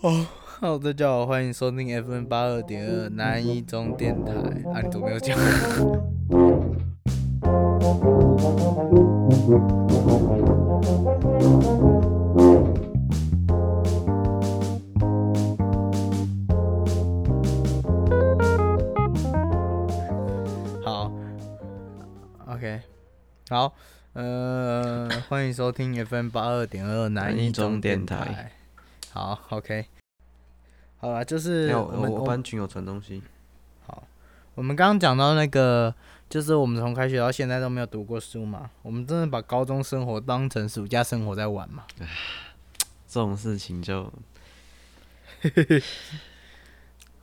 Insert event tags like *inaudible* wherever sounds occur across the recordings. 哦，Hello，大家好，欢迎收听 FM 八二点二南一中电台。啊，你怎么没有讲？好，OK，好，呃，欢迎收听 FM 八二点二南南一一中中电电台台。好，OK，好了，就是没有，呃我们我我我班群有传东西。我们刚刚讲到那个，就是我们从开学到现在都没有读过书嘛，我们真的把高中生活当成暑假生活在玩嘛？这种事情 *laughs* 就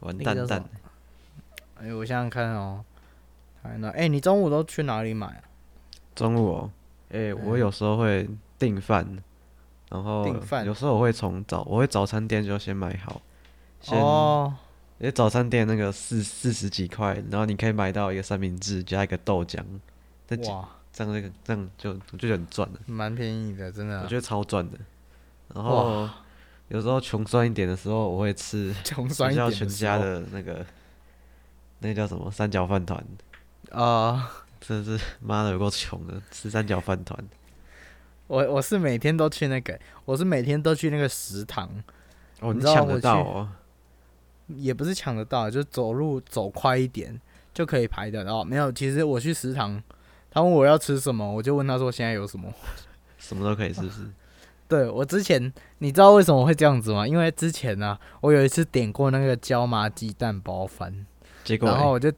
完那个蛋叫什蛋么。哎、我想想看哦、哎，那哎，你中午都去哪里买啊？中午哦，哎、我有时候会订饭，然后订饭有时候我会从早，我会早餐店就先买好，先，哦，因为早餐店那个四四十几块，然后你可以买到一个三明治加一个豆浆，这几哇，这样那个这样就我就觉得很赚了，蛮便宜的，真我的。觉得超赚的。然后有时候穷酸一点的时候，我会吃穷酸学一点校的全时家候的那个那个叫什么三角饭团，啊、真的是妈的有够穷的，吃三角饭团。我我是每天都去那个，我是每天都去那个食堂，哦，你你知道抢我得去到哦？也不是抢得到，就走路走快一点就可以排得到。没有，其实我去食堂，他问我要吃什么，我就问他说现在有什么。什么都可以，是不 *laughs* 是？对我之前，你知道为什么会这样子吗？因为之前呢、我有一次点过那个椒麻鸡蛋包饭，结果然后嘞我就，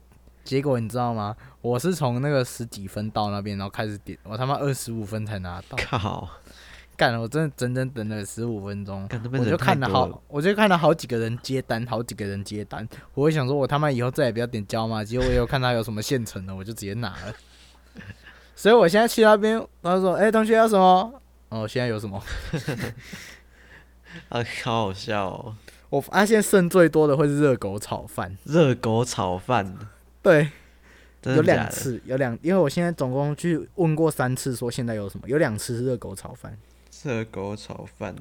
结果你知道吗？我是从那个十几分到那边，然后开始点，我他妈二十五分才拿到，靠，干，我真的整整等了十五分钟。看那边我人就太看了多好，我就看了好几个人接单，好几个人接单。我会想说，我他妈以后再也不要点椒麻鸡。结果我有看他有什么现成的，我就直接拿了。 *laughs* 所以我现在去那边，他说：“哎、同学要什么？”哦，现在有什么？啊，好好笑哦！我发现剩最多的会是热狗炒饭，热狗炒饭，对，真有的两假的？次，有两，因为我现在总共去问过三次，说现在有什么，有两次是热狗炒饭，热狗炒饭，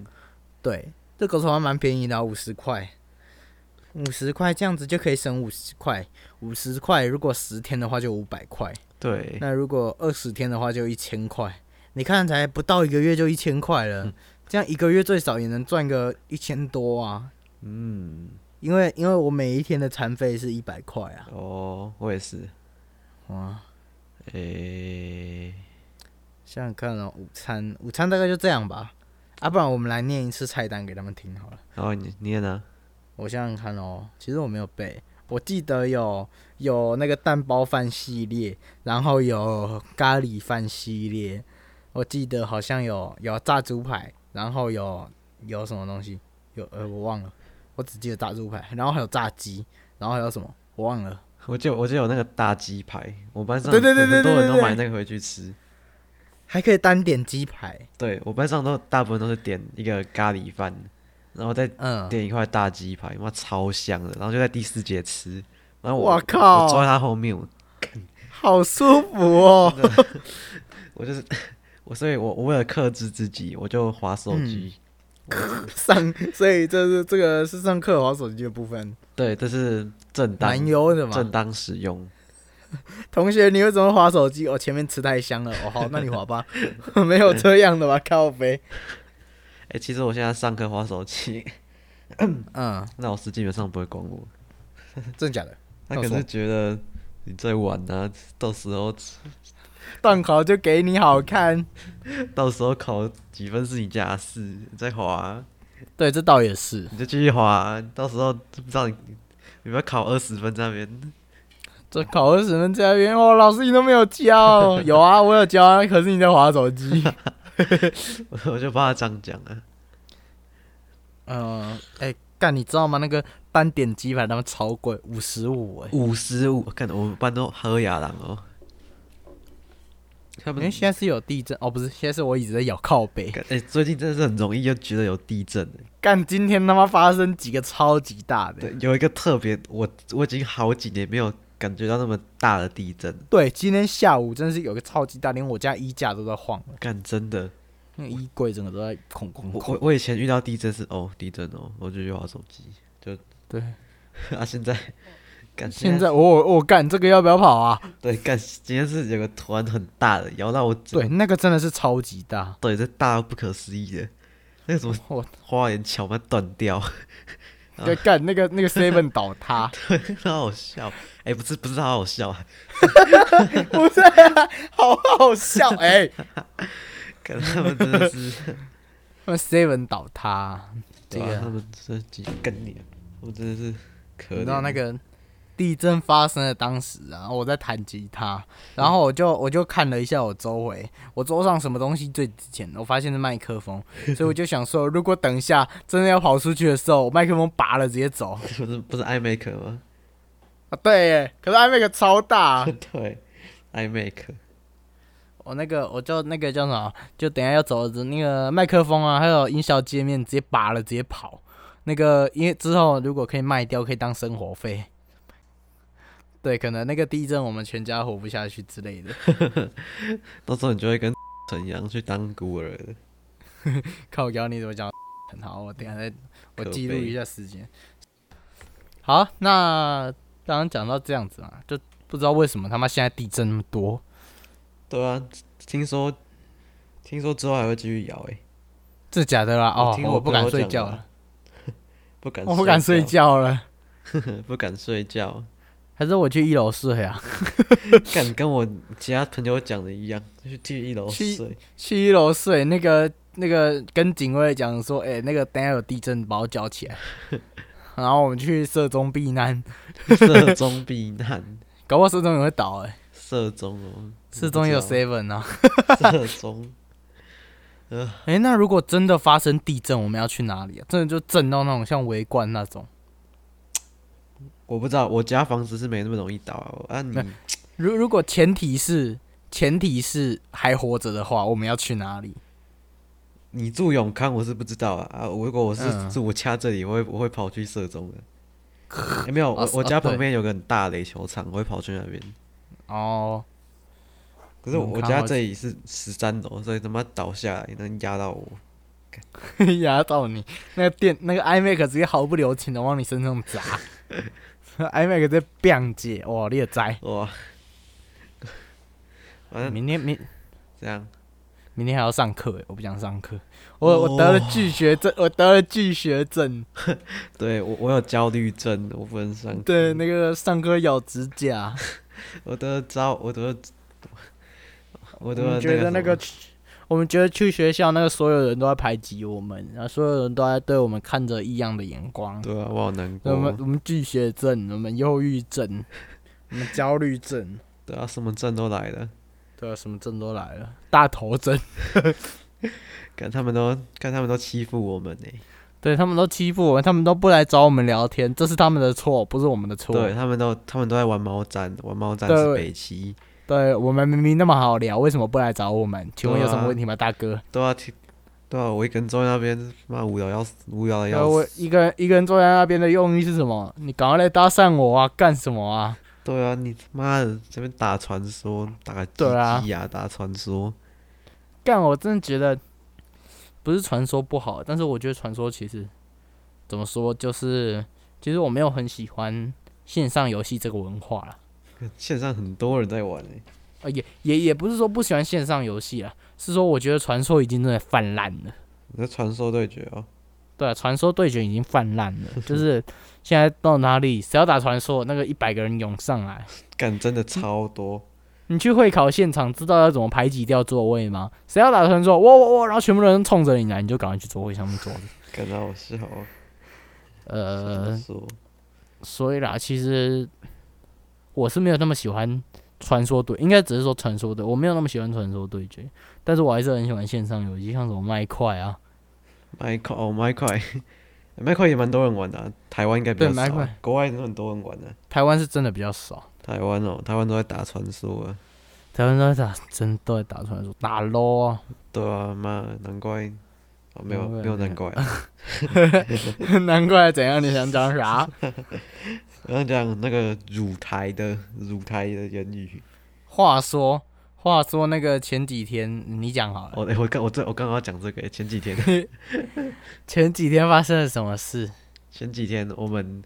对，热狗炒饭蛮便宜的啊，五十块，五十块这样子就可以省五十块，五十块如果十天的话就五百块，对，那如果二十天的话就一千块，你看才不到一个月就一千块了，这样一个月最少也能赚个一千多啊，嗯，因为因为我每一天的餐费是一百块啊，哦，我也是，哇。诶、想想看哦，午餐午餐大概就这样吧，啊，不然我们来念一次菜单给他们听好了。然后你念呢？ *laughs* 我想想看哦，其实我没有背，我记得有有那个蛋包饭系列，然后有咖喱饭系列，我记得好像有有炸猪排，然后有有什么东西，有呃我忘了，我只记得炸猪排，然后还有炸鸡，然后还有什么我忘了。我就我就有那个大鸡排，我班上对对对对很多对人都对买那个回去吃。还可以单点鸡排，对我班上都大部分都是点一个咖喱饭，然后再嗯，点一块大鸡排，妈超香的，然后就在第四节吃。然后我哇靠我坐在他后面，我好舒服哦。我就是我，所以我我为了克制自己，我就划手嗯机。上，所以这是这个是上课玩手机的部分，对，这是正当蛮优的嘛正。当使用。同学，你为什么滑手机？我、前面吃太香了。哦，好，那你滑 *laughs* 吧。没有这样的吧，靠背。哎、其实我现在上课划手机， *laughs* 嗯，那老师基本上不会管我，真的假的？那他可什么能觉得你在玩啊，到时候断考就给你好看。到时候考几分是你家的事，你再划啊，对，这倒也是。你就继续划啊，到时候不知道你你们考二十分在那边， *laughs* 这考二十分在那边，哦，老师你都没有教。有啊，我有教啊，可是你在滑手 *laughs* 机。我我就怕他这样讲啊。嗯，哎、干，你知道吗？那个单点鸡排他们超贵，五十五哎。五十五，看我们班都喝牙狼哦。他因们为现在是有地震哦，不是，现在是我一直在咬靠背。哎、最近真的是很容易就觉得有地震欸。 *laughs* 干，今天他妈发生几个超级大的。对，有一个特别，我我已经好几年没有感觉到那么大的地震，对，今天下午真的是有个超级大，连我家衣架都在晃了。干真的。那个衣柜整个都在空空我空我。我以前遇到地震是哦地震哦，我就去玩手机， *laughs* 就 *laughs* 对，啊现在，干现在我我干这个要不要跑啊？对干今天是有个突然很大的摇到我整对，那个真的是超级大，对这大到不可思议的，那个什么 *laughs* 我花园桥慢断掉， *laughs* 对干 *laughs* 那个那个 seven 倒 *laughs* 塌，对，好好笑，哎、不是不是好好笑啊，不是啊、好好笑哎！看他们真的是， *laughs* 那 seven 倒塌，这对啊他个们这几跟你，我真的是你可怜。知道那个地震发生的当时啊，我在弹吉他，然后我就我就看了一下我周围，我桌上什么东西最值钱，我发现是麦克风，所以我就想说，如果等一下真的要跑出去的时候，我麦克风拔了直接走不是不是 iMac 吗？啊，对耶，可是 iMac 超大， *laughs* 对，iMac *laughs* 我那个我就那个叫什么，就等一下要走的那个麦克风啊，还有音效界面直接拔了，直接跑。那个因为之后如果可以卖掉，可以当生活费。对，可能那个地震我们全家活不下去之类的。到时候你就会跟 *laughs* 陈阳去当孤儿了。靠腰你怎么讲？很好，我等一下再我可记录悲一下时间。好，那刚刚讲到这样子嘛，就不知道为什么他妈现在地震那么多。对啊，听说听说之后还会继续摇哎、这假的啦！我哦听，我我不朋敢友睡讲觉的了，不敢哦我不敢睡觉了，觉， *laughs* 不敢睡觉，还是我去一楼睡啊？敢跟我其他朋友讲的一样，就去去一楼去睡。 *laughs* 去一楼睡，那个那个跟警卫讲说，哎、那个等下有地震，把我叫起 *laughs* 来。然后我们去社中避难，社中避难，搞不好社中也会倒哎、社中哦，社中也有我不知 seven 啊。道？社中，哎、那如果真的发生地震，我们要去哪里啊？真的就震到那种像围观那种。我不知道，我家房子是没那么容易倒啊。啊你，如如果前提是前提是还活着的话，我们要去哪里？你住永康，我是不知道啊。啊，我如果我是嗯住我家这里，我会我会跑去社中的。欸没有，我 *laughs* 啊我家啊对旁边有个很大的垒球场，我会跑去那边。哦，可是我永我康家好这里是十三楼，所以他妈倒下来能压到我。 *laughs* 压到你，那个电那个 iMac 直接毫不留情的往你身上砸 *laughs* ，iMac 直接 biang 姐，哇，你也栽。哇！ *laughs* 反正明天明这样，明天还要上课欸，我不想上课，我我得了哦拒学症，我得了拒学症，对我我有焦虑症，我不能上。对，那个上课咬指甲，我得招，我得，我得们觉得那个什么，我们觉得去学校那个所有人都在排挤我们，然后所有人都在对我们看着异样的眼光，对啊，我好难我们过。我们拒学症，我们忧郁症，我们焦虑症，对啊，什么症都来了，对啊，什么症都来了，大头症，看他们都看他们都欺负我们呢、 *laughs* 对他们都欺负我们，他们都不来找我们聊天，这是他们的错，不是我们的错，对他们都他们都在玩猫毡，玩猫毡对是北齐。对我们明明那么好聊，为什么不来找我们？请问有什对么啊问题吗，大哥？对啊，听对啊，我一个人坐在那边，妈无聊要死，无聊的呃，要我死。一个人一个人坐在那边的用意是什么？你赶快来搭讪我啊！干什么啊？对啊，你他妈的这边打传说，打个对啊鸡鸡呀，打传说，干！我真的觉得不是传说不好，但是我觉得传说其实怎么说，就是其实我没有很喜欢线上游戏这个文化啦。线上很多人在玩诶、呃，也也也不是说不喜欢线上游戏啊，是说我觉得传说已经真的泛滥了。你的传说对决哦，对啊，传说对决已经泛滥了，就是现在到哪里谁要打传说，那个一百个人涌上来。干真的超多，你去会考现场知道要怎么排挤掉座位吗？谁要打算说我我我，然后全部人冲着你来，你就赶快去座位上面坐着。感到好笑哦。呃，说所以啦，其实我是没有那么喜欢传说对，应该只是说传说对，我没有那么喜欢传说对决，但是我还是很喜欢线上游戏，像什么麦块啊， Michael 哦，Michael *laughs* ，Michael 也蛮多人玩的啊、台湾应该比较对少 Michael，国外很多人玩的、台湾是真的比较少，台湾哦，台湾都在打传说啊，台湾都在打，真都在打传说，打 LO 啊，对啊，妈，难怪，哦，没有难怪没有难怪、 *laughs* 啊， *laughs* 难怪怎样？你想讲啥？ *laughs* 我想讲那个乳台的乳台的言语，话说，话说那个前几天你讲好了，哦哎我、诶我刚我这我刚刚要讲这个、诶前几天 *laughs* 前几天发生了什么事？前几天我们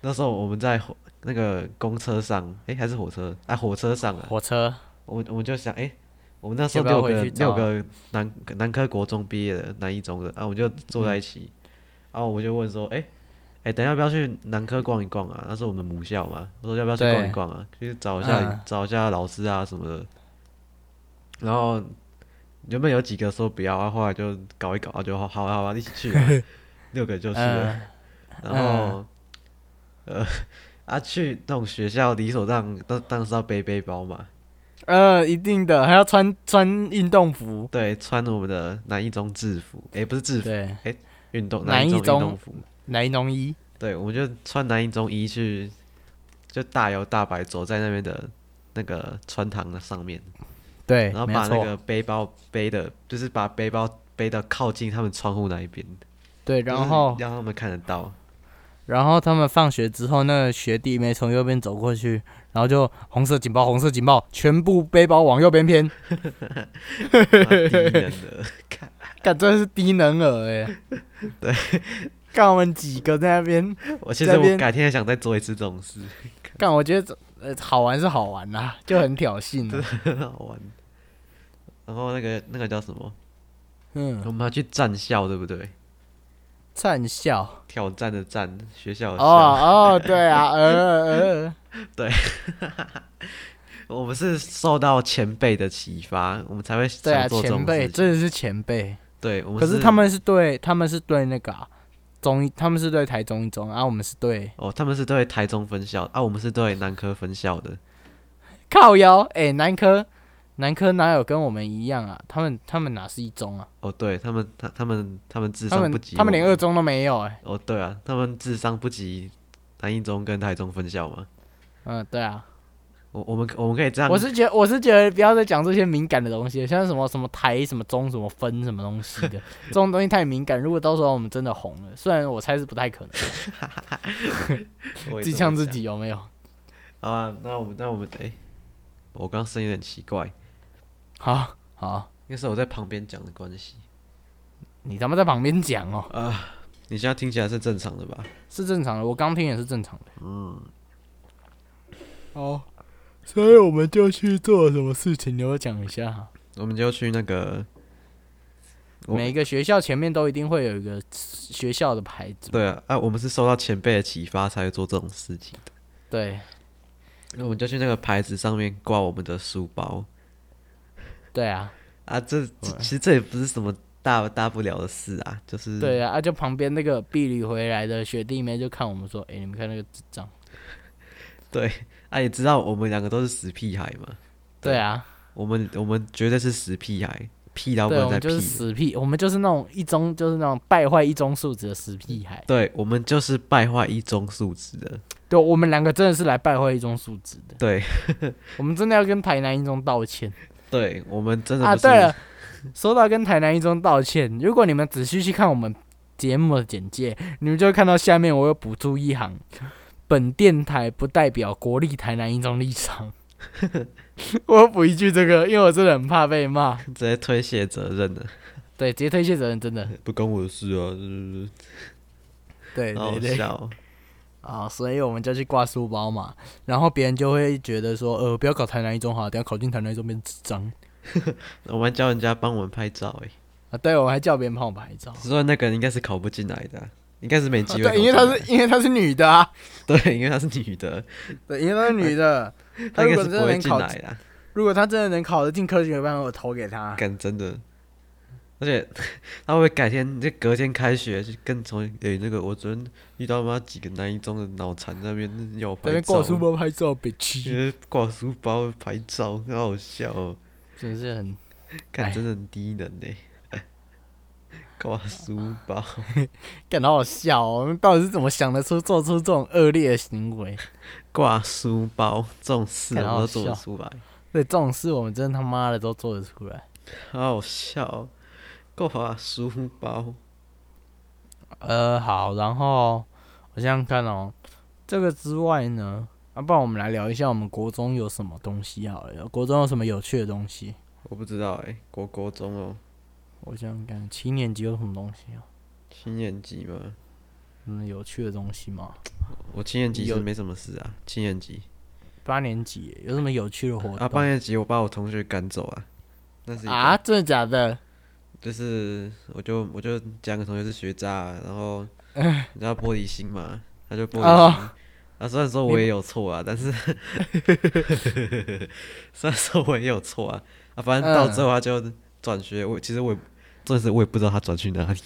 那时候我们在火那个公车上，诶，还是火车啊火车上啊，火车我们我们就想，诶，我们那时候要六不要个回去六找啊个南南科国中毕业的南一中的，啊，我们就坐在一起，嗯然后我们就问说，诶，诶，等一下要不要去南科逛一逛啊？那是我们母校嘛，我说要不要去逛对一逛啊？去找一下、嗯找一下老师啊什么的。然后原本有几个说不要啊，后来就搞一搞，啊就好好啊好啊，一起去 *laughs* 啊、六个就去了。嗯然后，呃， *laughs* 啊，去那种学校理所当当当然是要背背包嘛，呃，一定的，还要穿穿运动服。对，穿我们的南一中制服，诶，不是制服，对，运动南一一中运中动服，来农衣对，我们就穿南一中衣去，就大摇大摆走在那边的那个穿堂的上面，对，然后没把那错个背包背的，就是把背包背到靠近他们窗户那一边，对，就是然后让他们看得 *laughs* 到，然后他们放学之后，那个学弟妹从右边走过去，然后就红色警报，红色警报，全部背包往右边偏，然后第一人的，看，干真是低能儿哎、 *laughs* 对，干我们几个在那边，我其在实那我边改天也想再做一次这种事。 *laughs* 干我觉得呃好玩是好玩啦、就很挑衅、啊，很好玩。然后那个那个叫什么？我嗯，们要去战校，对不对？灿笑，挑战的战，学校的校。哦哦，对啊，呃呃， *laughs* 呃我们是受到前辈的启发，我们才会对啊，想做这种前辈事情。真的是前辈。对，我们可是是他们是对，他们是对那个啊、中一，他们是对台中一中，然、后我们是对哦，他们是对台中分校啊，我们是对南科分校的。靠腰。哎、南科，南科哪有跟我们一样啊？他们他们哪是一中啊？哦，对他们，他他们他们智他商们不及他们我连二中都没有哎、哦，对啊，他们智商不及南一中跟台中分校嘛。嗯，对啊，我我们我们可以这样我是觉得我是觉得不要再讲这些敏感的东西了，像什么什么台什么中什么分什么东西 *laughs* 的，这种东西太敏感。如果到时候我们真的红了，虽然我猜是不太可能，我也自己这么呛自想己有没有？好啊。那我们那我们哎、我刚刚声音有点奇怪，好好，应该是我在旁边讲的关系。你他妈在旁边讲哦，你现在听起来是正常的吧？是正常的，我刚听也是正常的。嗯，哦，所以我们就去做了什么事情，你要讲一下哈。我们就去那个，我每个学校前面都一定会有一个学校的牌子嘛，对啊，啊，我们是受到前辈的启发才会做这种事情的。对那我们就去那个牌子上面挂我们的书包对啊，啊，这这其实这也不是什么大大不了的事啊，就是对啊，啊就旁边那个避旅回来的学弟妹就看我们说，哎、你们看那个智障，对啊，也知道我们两个都是死屁孩嘛，对对啊，我们我们绝对是死屁孩，屁啊到不对，我能再们屁就是了。死屁，我们就是那种一中就是那种败坏一中素质的死屁孩，对，我们就是败坏一中素质的。对我们两个真的是来败坏一中素质的，对，我们真的要跟台南一中道歉对，我们真的啊！不是对了，说到跟台南一中道歉，如果你们仔细去看我们节目的简介，你们就会看到下面我有补注一行：本电台不代表国立台南一中立场。 *laughs* 我有补一句这个，因为我真的很怕被骂。直接推卸责任的，对，直接推卸责任，真 *laughs* 的。不关我的事啊，是不是？对好对好对。笑哦。啊，所以我们就去挂书包嘛，然后别人就会觉得说，呃，不要搞台南一中好了，等下考进台南一中变智障我们还叫人家帮我们拍照、欸，啊。对，我还叫别人帮我拍照。只是说那个人应该是考不进来的啊、应该是没啊机会、对，因为她是因为她是女的啊， *laughs* 对，因为她是女的，对，因为她是女的。 *laughs* 她她应如该果是真不的会能进考来 *laughs* 的。如果他真的能考得进科学班，我投给他。干真的，而且 *laughs* 她会不会改天就隔天开学就跟从诶、那个我昨天遇到妈几个南一中的脑残那边要我在那拍边照，挂书，包拍照，北区 *laughs* 挂书包拍照，很好笑哦，真的是很看哎真的很低能呢、挂书 *laughs* 包，感到好笑哦。我们到底是怎么想得出做出这种恶劣的行为？挂书包这种事我干们好都做得笑出来。对，这种事我们真的他妈的都做得出来。好好笑、哦，够把书包，呃，好，然后我想想看哦，这个之外呢，啊，不然我们来聊一下我们国中有什么东西好了，国中有什么有趣的东西？我不知道哎、国国中哦，我想想看，七年级有什么东西啊？七年级嘛，嗯，有趣的东西吗？我七年级有是没什么事啊，七年级八年级耶有什么有趣的活动？啊，八年级我把我同学赶走啊，那是一个啊，真的假的？就是我就我就讲个同学是学渣啊、*laughs* 然后嗯你知道玻璃心嘛，他就玻哦璃心。啊，虽然说我也有错啊，*laughs* 但是虽然说我也有错啊，啊，反正到嗯最后他就转学。我其实我也，真的是我也不知道他转去哪里。 *laughs*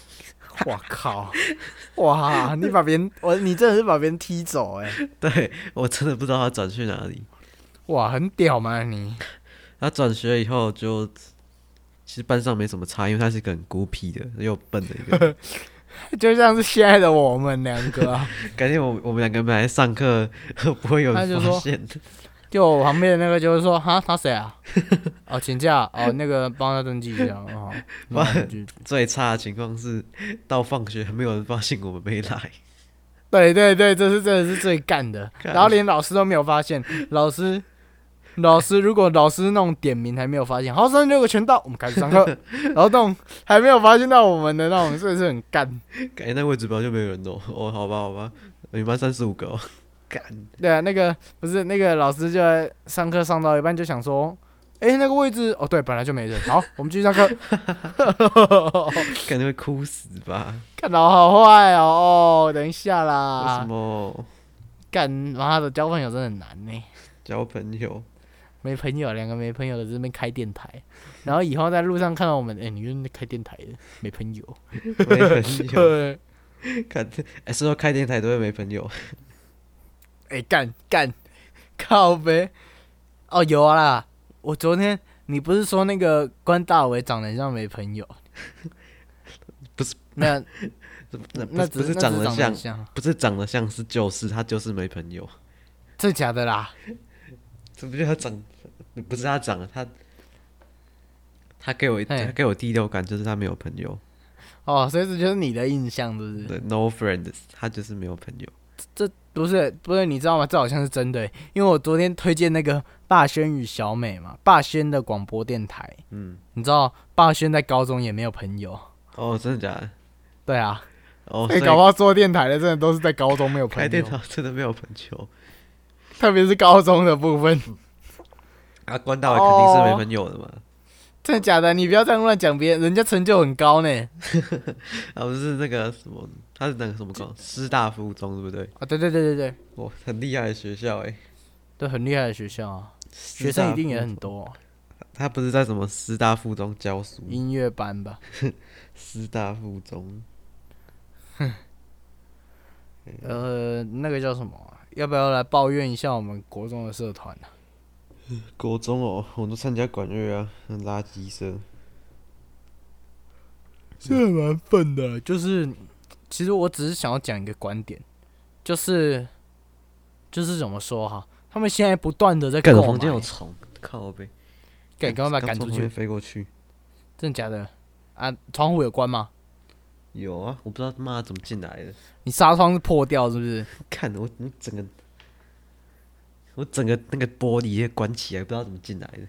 我靠！ *laughs* 哇，你把别人，我你真的是把别人踢走 *laughs* 哎、对我真的不知道他转去哪里。哇，很屌嘛你！他转学以后就，其实班上没什么差，因为他是一个很孤僻的又笨的一个人。就像是现在的我们两个啊，感觉我我们两个本来上课不会有他就人说发现的。就我旁边的那个就是说，哈，他谁啊？哦，请假哦，那个帮他登记一下哦。那我们就最差的情况是到放学还没有人发现我们没来， *laughs* 对对对，这是真的是最干的，干然后连老师都没有发现，老师。老师，如果老师弄点名还没有发现，好，三六个全到，我们开始上课。然后那种还没有发现到我们的那种，真的是很干。感觉那位置表就没有人弄。哦，好吧，好吧，你们班三十五个、哦， *laughs* 干，对啊，那个不是那个老师就在上课上到一半就想说，哎、那个位置哦，对，本来就没人，好，我们继续上课。感觉会哭死吧？看到好坏哦，哦，等一下为什啦，么干妈的交朋友真的很难呢、交朋友？ *laughs* 没朋友，两个没朋友的在那边开电台，然后以后在路上看到我们，哎、你又在开电台的，没朋友。没朋友， *laughs* 对，看，哎、说到开电台都会没朋友， *laughs* 哎、干干，靠呗。哦，有啊啦，我昨天你不是说那个关大伟长得很像没朋友？ *laughs* 不是，那那不那是只不是那只长得得像，像，不是长得像是就是他就是没朋友，真假的啦？这不就他长，不是他长得他。他给我嘿他给我第六感就是他没有朋友，哦，所以这就是你的印象，是不是？对，no friends，他就是没有朋友。不是不是，你知道吗？这好像是真的欸，因为我昨天推荐那个霸轩与小美嘛，霸轩的广播电台，嗯，你知道霸轩在高中也没有朋友，哦，真的假的？对啊，哦，哎、所以搞不好做电台的真的都是在高中没有朋开电友，脑真的没有朋友特别是高中的部分，啊，关大伟肯定是没朋友的嘛。真的假的？你不要这样乱讲别人，人家成就很高呢。啊，不是那个什么，他是那个什么高师大附中对不对？啊，对对对对对，哇，很厉害的学校哎、都很厉害的学校啊，学学生一定也很。多、他不是在什么师大附中教书？音乐班吧？师大附中呃，那个叫什么啊？要不要来抱怨一下我们国中的社团呢、国中哦，我都参加管乐啊，很垃圾社。这蛮笨的，啊就是其实我只是想要讲一个观点，就是就是怎么说哈，他们现在不断的在干，购我买，房间有虫，靠呗。给赶快把它赶从出旁边去，飞过去。真的假的？啊，窗户有关吗？有啊，我不知道他妈怎么进来的。你纱窗是破掉是不是？看我我整个，我整个那个玻璃也关起来，不知道怎么进来的。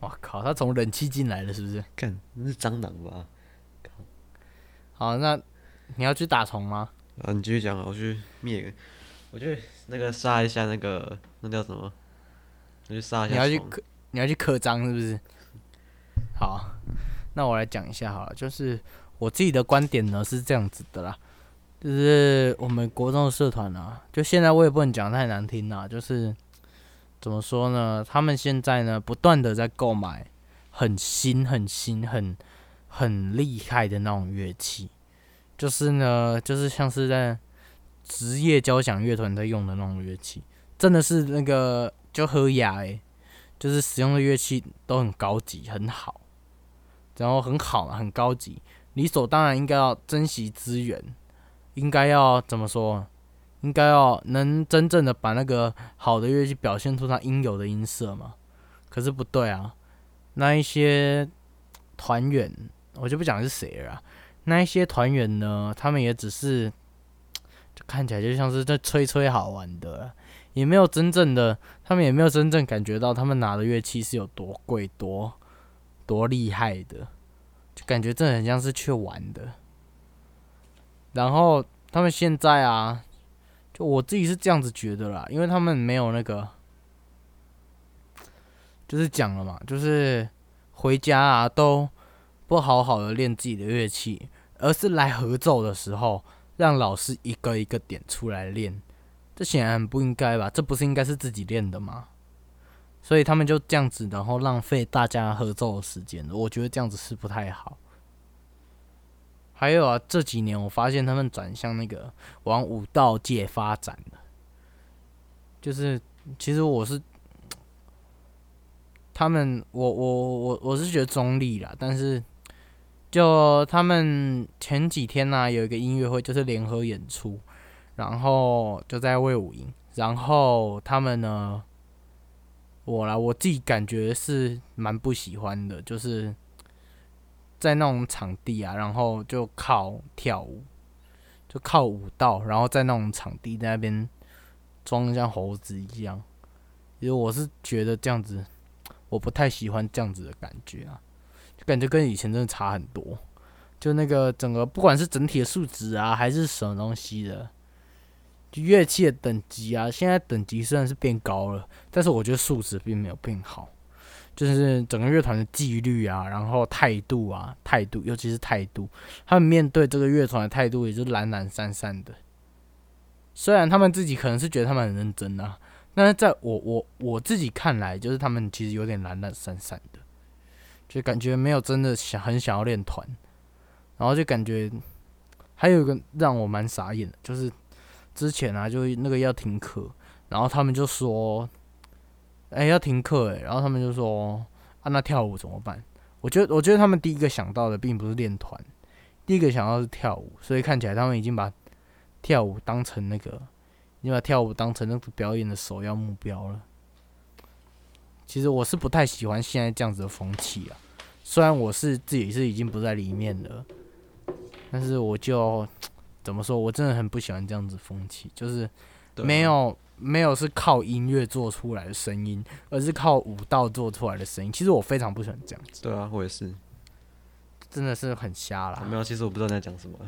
我靠，他从冷气进来了是不是？看那是蟑螂吧？好，那你要去打虫吗？啊，你继续讲啊，我去灭个，我去那个杀一下那个那叫什么？我去杀一你下要去虫刻，你要去刻章是不是？好，那我来讲一下好了，就是我自己的观点呢是这样子的啦，就是我们国中的社团啊，就现在我也不能讲太难听啦，就是怎么说呢？他们现在呢不断的在购买很新、很新、很很厉害的那种乐器，就是呢，就是像是在职业交响乐团在用的那种乐器，真的是那个就喝哑欸诶、就是使用的乐器都很高级，很好，然后很好啊嘛，很高级，理所当然应该要珍惜资源，应该要怎么说？应该要能真正的把那个好的乐器表现出它应有的音色嘛。可是不对啊，那一些团员，我就不讲是谁了啊那一些团员呢，他们也只是，就看起来就像是在吹吹好玩的，也没有真正的，他们也没有真正感觉到他们拿的乐器是有多贵、多多厉害的，就感觉真的很像是去玩的。然后他们现在啊，就我自己是这样子觉得啦，因为他们没有那个，就是讲了嘛，就是回家啊都不好好的练自己的乐器，而是来合奏的时候让老师一个一个点出来练。这显然很不应该吧？这不是应该是自己练的吗？所以他们就这样子，然后浪费大家合奏的时间，我觉得这样子是不太好。还有啊，这几年我发现他们转向那个往武道界发展了，就是其实我是他们，我我我我是觉得中立啦，但是就他们前几天呢、有一个音乐会，就是联合演出，然后就在魏武营，然后他们呢，我啦，我自己感觉是蛮不喜欢的，就是在那种场地啊，然后就靠跳舞，就靠舞蹈，然后在那种场地在那边装得像猴子一样，因为我是觉得这样子，我不太喜欢这样子的感觉啊，就感觉跟以前真的差很多。就那个整个不管是整体的数值啊，还是什么东西的，就乐器的等级啊，现在等级虽然是变高了，但是我觉得素质并没有变好，就是整个乐团的纪律啊，然后态度啊，态度，尤其是态度，他们面对这个乐团的态度也就懒懒散散的。虽然他们自己可能是觉得他们很认真啊，但是在我我我自己看来，就是他们其实有点懒懒散散的，就感觉没有真的想很想要练团，然后就感觉还有一个让我蛮傻眼的，就是之前啊，就那个要停课，然后他们就说，哎、要停课哎、然后他们就说，啊，那跳舞怎么办？我觉得，我觉得他们第一个想到的并不是练团，第一个想到是跳舞，所以看起来他们已经把跳舞当成那个，已经把跳舞当成那个表演的首要目标了。其实我是不太喜欢现在这样子的风气啊，虽然我是自己是已经不在里面了，但是我就怎么说，我真的很不喜欢这样子风气，就是对啊没有没有是靠音乐做出来的声音，而是靠舞蹈做出来的声音。其实我非常不喜欢这样，对啊，我也是。真的是很瞎啦。啊没有，其实我不知道你在讲什么，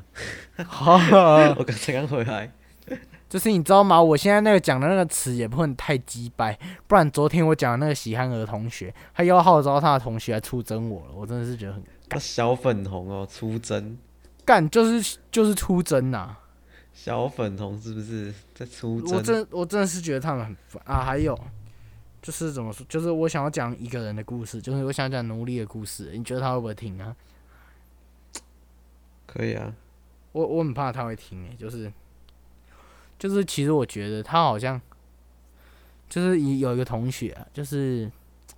好， *laughs* 我刚才刚回来。 *laughs* 就是你知道吗？我现在那个讲的那个词也不能太鸡掰，不然昨天我讲的那个喜憨儿同学，他又号召他的同学来出征我了，我真的是觉得很那小粉红哦，出征，干，就是就是出征呐、小粉红是不是在出我征？真我真的是觉得他们很烦啊。还有就是怎么说，就是我想要讲一个人的故事，就是我想讲奴隶的故事，你觉得他会不会听啊？可以啊，我我很怕他会听诶、欸就是就是，其实我觉得他好像就是一有一个同学、啊，就是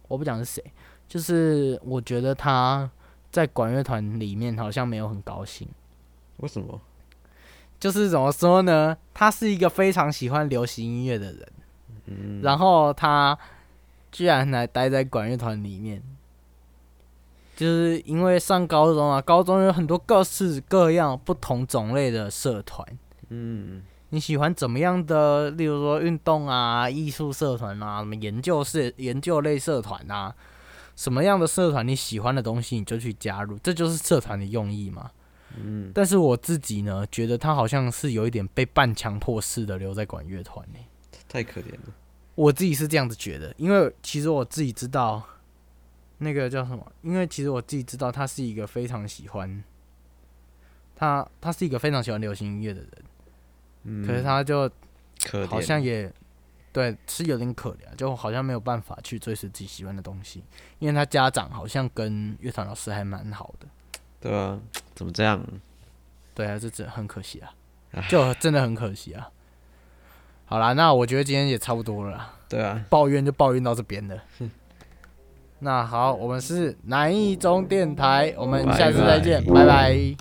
我不讲是谁，就是我觉得他在管乐团里面好像没有很高兴。为什么？就是怎么说呢？他是一个非常喜欢流行音乐的人，然后他居然来待在管乐团里面，就是因为上高中啊，高中有很多各式各样、不同种类的社团，嗯，你喜欢怎么样的？例如说运动啊、艺术社团啊、什么研究社、研究类社团啊，什么样的社团你喜欢的东西你就去加入，这就是社团的用意嘛。嗯，但是我自己呢，觉得他好像是有一点被半强迫式的留在管乐团呢、太可怜了。我自己是这样子觉得，因为其实我自己知道那个叫什么，因为其实我自己知道他是一个非常喜欢他，他是一个非常喜欢流行音乐的人，嗯，可是他就可怜，好像也对，是有点可怜，啊就好像没有办法去追随自己喜欢的东西，因为他家长好像跟乐团老师还蛮好的，对啊，怎么这样？对啊，这真很可惜啊唉，就真的很可惜啊。好啦，那我觉得今天也差不多了啦，对啊，抱怨就抱怨到这边了。那好，我们是南一中电台，我们下次再见，拜拜